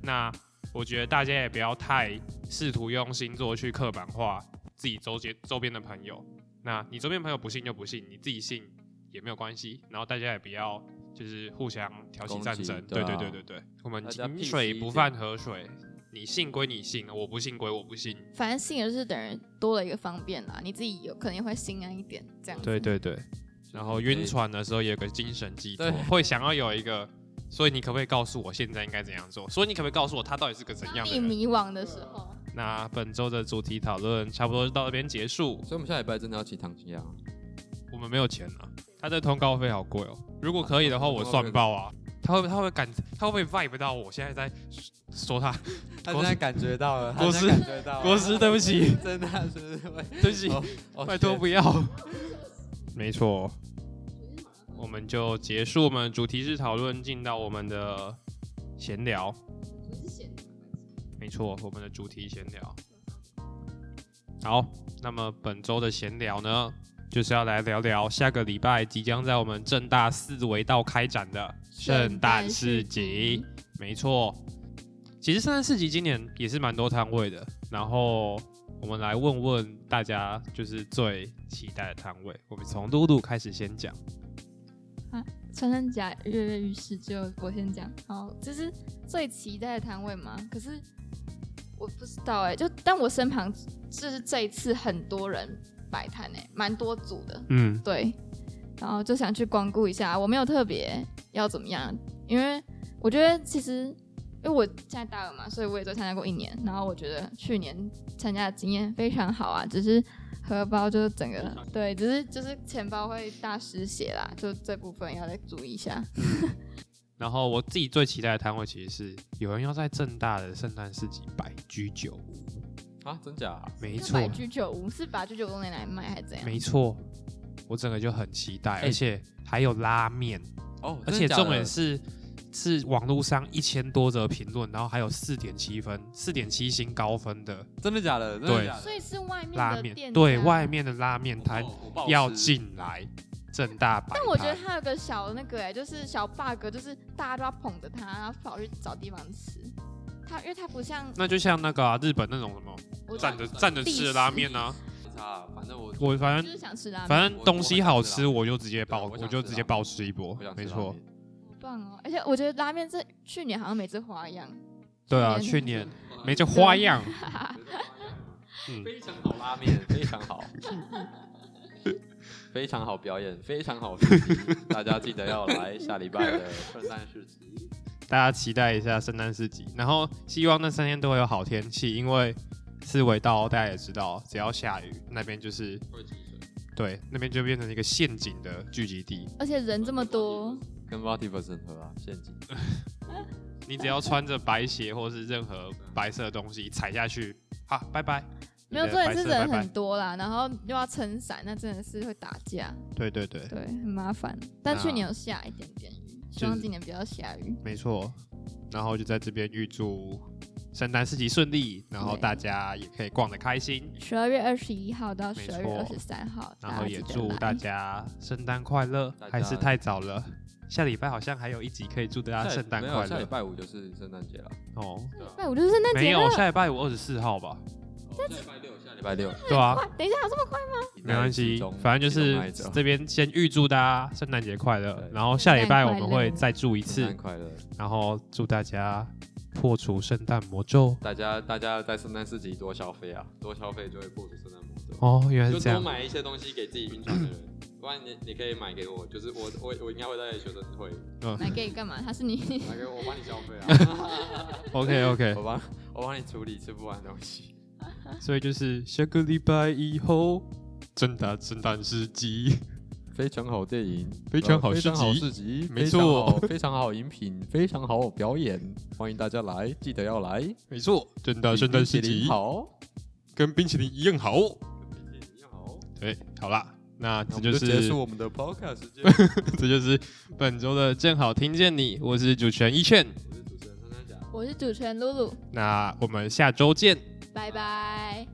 Speaker 1: 那我觉得大家也不要太试图用星座去刻板化自己周边周边的朋友。那你周边朋友不信就不信，你自己信也没有关系。然后大家也不要就是互相挑起
Speaker 2: 攻
Speaker 1: 战
Speaker 2: 击
Speaker 1: 争。
Speaker 2: 对
Speaker 1: 对
Speaker 2: 啊
Speaker 1: 对对对对，我们
Speaker 2: 大家
Speaker 1: 井
Speaker 2: peace
Speaker 1: 水
Speaker 2: 一
Speaker 1: 不
Speaker 2: 点
Speaker 1: 犯河水，你信归你信，我不信归我不信。
Speaker 3: 反正信了就是等于多了一个方便啦，你自己有可能也会心安一点，这样子。
Speaker 1: 对对对。然后晕船的时候也有个精神寄托
Speaker 2: 嗯对，
Speaker 1: 会想要有一个，所以你可不可以告诉我现在应该怎样做？所以你可不可以告诉我他到底是个怎样
Speaker 3: 当
Speaker 1: 的
Speaker 3: 你
Speaker 1: 人？嗯
Speaker 3: 迷惘的时候，
Speaker 1: 那本周的主题讨论差不多就到这边结束。
Speaker 2: 所以我们下礼拜真的要请唐奇阳。
Speaker 1: 我们没有钱啊，他的通告费好贵哦。如果可以的话，我算爆啊。他会他会感他会不会 vibe 到我现在在说他？
Speaker 2: 他
Speaker 1: 国
Speaker 2: 现
Speaker 1: 师
Speaker 2: 在感觉到了，他
Speaker 1: 国
Speaker 2: 现在感觉到了，
Speaker 1: 国师，对不起，
Speaker 2: 真的是不是？
Speaker 1: 对不 起，
Speaker 2: 哦
Speaker 1: 拜托，不要。没错，我们就结束我们的主题式讨论，进到我们的闲聊。没错，我们的主题闲聊。好，那么本周的闲聊呢，就是要来聊聊下个礼拜即将在我们正大四维道开展的圣诞市集。没错，其实圣诞市集今年也是蛮多摊位的，然后我们来问问大家，就是最期待的摊位。我们从露露开始先讲，
Speaker 3: 穿山甲跃跃欲试，只有我先讲。好，这是最期待的摊位嘛？可是我不知道哎、就但我身旁就是这一次很多人摆摊哎，蛮多组的，
Speaker 1: 嗯，
Speaker 3: 对。然后就想去光顾一下，我没有特别要怎么样，因为我觉得其实因为我现在大二嘛，所以我也就参加过一年。然后我觉得去年参加的经验非常好啊，只是荷包就是整个对，只是就是钱包会大失血啦，就这部分要再注意一下。
Speaker 1: 然后我自己最期待的摊位其实是有人要在正大的圣诞市集摆居酒屋，
Speaker 2: 啊，真假？
Speaker 1: 没
Speaker 3: 是
Speaker 1: 错
Speaker 3: 摆，居酒屋是把居酒屋用来卖还是怎样？
Speaker 1: 没错，我整个就很期待，
Speaker 2: 哎
Speaker 1: 而且还有拉面，
Speaker 2: 哦，
Speaker 1: 而
Speaker 2: 真
Speaker 1: 且
Speaker 2: 的假的
Speaker 1: 重点是是网络上一千多则评论，然后还有四点七分、四点七星高分的
Speaker 2: 真的假的？真的
Speaker 1: 对
Speaker 2: 假的
Speaker 3: 所以是外面
Speaker 1: 拉
Speaker 3: 的
Speaker 1: 面，
Speaker 3: 店
Speaker 1: 对
Speaker 3: 家
Speaker 1: 外。面的拉面
Speaker 2: 我
Speaker 1: 摊
Speaker 2: 爆我爆
Speaker 1: 要
Speaker 2: 吃
Speaker 1: 进来正大摆摊，
Speaker 3: 但我觉得它有个小那个哎、就是小 bug，就是大家都要捧着它，然后跑去找地方吃。它因为它不像
Speaker 1: 那就像那个啊、日本那种什么
Speaker 3: 我
Speaker 1: 站着站着吃的拉面啊，
Speaker 2: 没差，反正我
Speaker 1: 我反
Speaker 3: 就是
Speaker 1: 正
Speaker 3: 想吃拉面，
Speaker 1: 反正东西好吃，
Speaker 2: 我
Speaker 1: 我就直接爆，
Speaker 2: 对我
Speaker 1: 我
Speaker 2: 想
Speaker 1: 就
Speaker 2: 吃
Speaker 1: 直接
Speaker 2: 拉
Speaker 1: 爆吃一波
Speaker 2: 我想，吃
Speaker 1: 没
Speaker 2: 拉
Speaker 1: 错
Speaker 2: 面，
Speaker 3: 好棒哦！而且我觉得拉面这去年好像没这花样，
Speaker 1: 对啊，
Speaker 3: 去
Speaker 1: 去
Speaker 3: 年
Speaker 1: 年没这花样，
Speaker 3: 啊
Speaker 1: 嗯，
Speaker 2: 非常好拉面，非常 好，非常好表演，非常好市集，大家记得要来下礼拜的圣诞市集。
Speaker 1: 大家期待一下圣诞市集，然后希望那三天都会有好天气，因为四维道大家也知道，只要下雨，那边就是对，那边就变成一个陷阱的聚集地，
Speaker 3: 而且人这么多，
Speaker 2: 跟 v a t i v e r s 合啊，陷阱。
Speaker 1: 你只要穿着白鞋或是任何白色的东西踩下去，好，拜拜。
Speaker 3: 没有
Speaker 1: 对
Speaker 3: 重
Speaker 1: 不对
Speaker 3: 点
Speaker 1: 白
Speaker 3: 是
Speaker 1: 色
Speaker 3: 人
Speaker 1: 拜
Speaker 3: 很
Speaker 1: 拜。
Speaker 3: 多啦，然后又要撑伞，那真的是会打架，
Speaker 1: 对对对，啊
Speaker 3: 对，很麻烦。但
Speaker 1: 那
Speaker 3: 去年有下一点点雨，希望今年不要下雨。
Speaker 1: 没错。然后就在这边预祝圣诞市集顺利，然后
Speaker 3: 对
Speaker 1: 大家也可以逛得开心，
Speaker 3: 十二月二十一号到十二月
Speaker 1: 没
Speaker 3: 二
Speaker 1: 错
Speaker 3: 十三号，
Speaker 1: 然后
Speaker 3: 家
Speaker 1: 也
Speaker 3: 记得
Speaker 1: 祝
Speaker 3: 来
Speaker 1: 大家圣诞快乐
Speaker 2: 大。家
Speaker 1: 还是太早了，下礼拜好像还有一集可以祝大家
Speaker 2: 下
Speaker 1: 圣诞
Speaker 2: 没有啊
Speaker 1: 快
Speaker 2: 下礼
Speaker 1: 乐
Speaker 2: 拜五就是圣诞节了。
Speaker 1: 哦。
Speaker 3: 拜五就是圣诞
Speaker 1: 没
Speaker 3: 节
Speaker 1: 有，
Speaker 3: 了，
Speaker 1: 下礼拜五二十四号吧。
Speaker 2: 哦下礼拜六，下礼拜六，
Speaker 1: 对啊，
Speaker 3: 哇，等一下，有这么快吗？
Speaker 1: 没关系，反正就
Speaker 2: 集中买
Speaker 1: 是
Speaker 2: 走
Speaker 1: 这边先预祝大家圣诞节快乐
Speaker 2: 对，
Speaker 1: 然后下礼拜我们
Speaker 3: 圣诞快乐
Speaker 1: 会再祝一
Speaker 2: 圣
Speaker 1: 次
Speaker 2: 诞，快乐！
Speaker 1: 然后祝大家破除圣诞魔咒。
Speaker 2: 大家大家在圣诞市集多消费啊，多消费就会破除圣诞魔咒。
Speaker 1: 哦，原来
Speaker 2: 就是
Speaker 1: 这
Speaker 2: 多
Speaker 1: 样，
Speaker 2: 买一些东西给自己晕船 的人，不然你你可以买给我，就是我我我应该会在学生会
Speaker 1: 嗯
Speaker 3: 买给你干嘛？他是你，
Speaker 2: 买给我，我帮你消费啊，
Speaker 1: OK OK，
Speaker 2: 我帮我帮你处理吃不完的东西。
Speaker 1: 所以就是下个礼拜以后，真的圣诞市集，
Speaker 2: 非常好电影，
Speaker 1: 非常好
Speaker 2: 呃非常好
Speaker 1: 市集
Speaker 2: 市集，
Speaker 1: 没
Speaker 2: 非常好
Speaker 1: 错
Speaker 2: 非常好饮品，非常好表演，欢迎大家来，记得要来。
Speaker 1: 没错，真的圣诞市
Speaker 2: 冰淇
Speaker 1: 集
Speaker 2: 淋好，
Speaker 1: 跟冰淇淋一样好。
Speaker 2: 冰淇淋好，
Speaker 1: 对，好啦，那
Speaker 2: 那
Speaker 1: 这
Speaker 2: 我们
Speaker 1: 就
Speaker 2: 就是结束我们的 podcast 时间。
Speaker 1: 这就是本周的正好听见你，我是主持人一倩，
Speaker 2: 我是主持人张三甲。
Speaker 3: 我是主持人露露，
Speaker 1: 那我们下周见。
Speaker 3: 拜拜。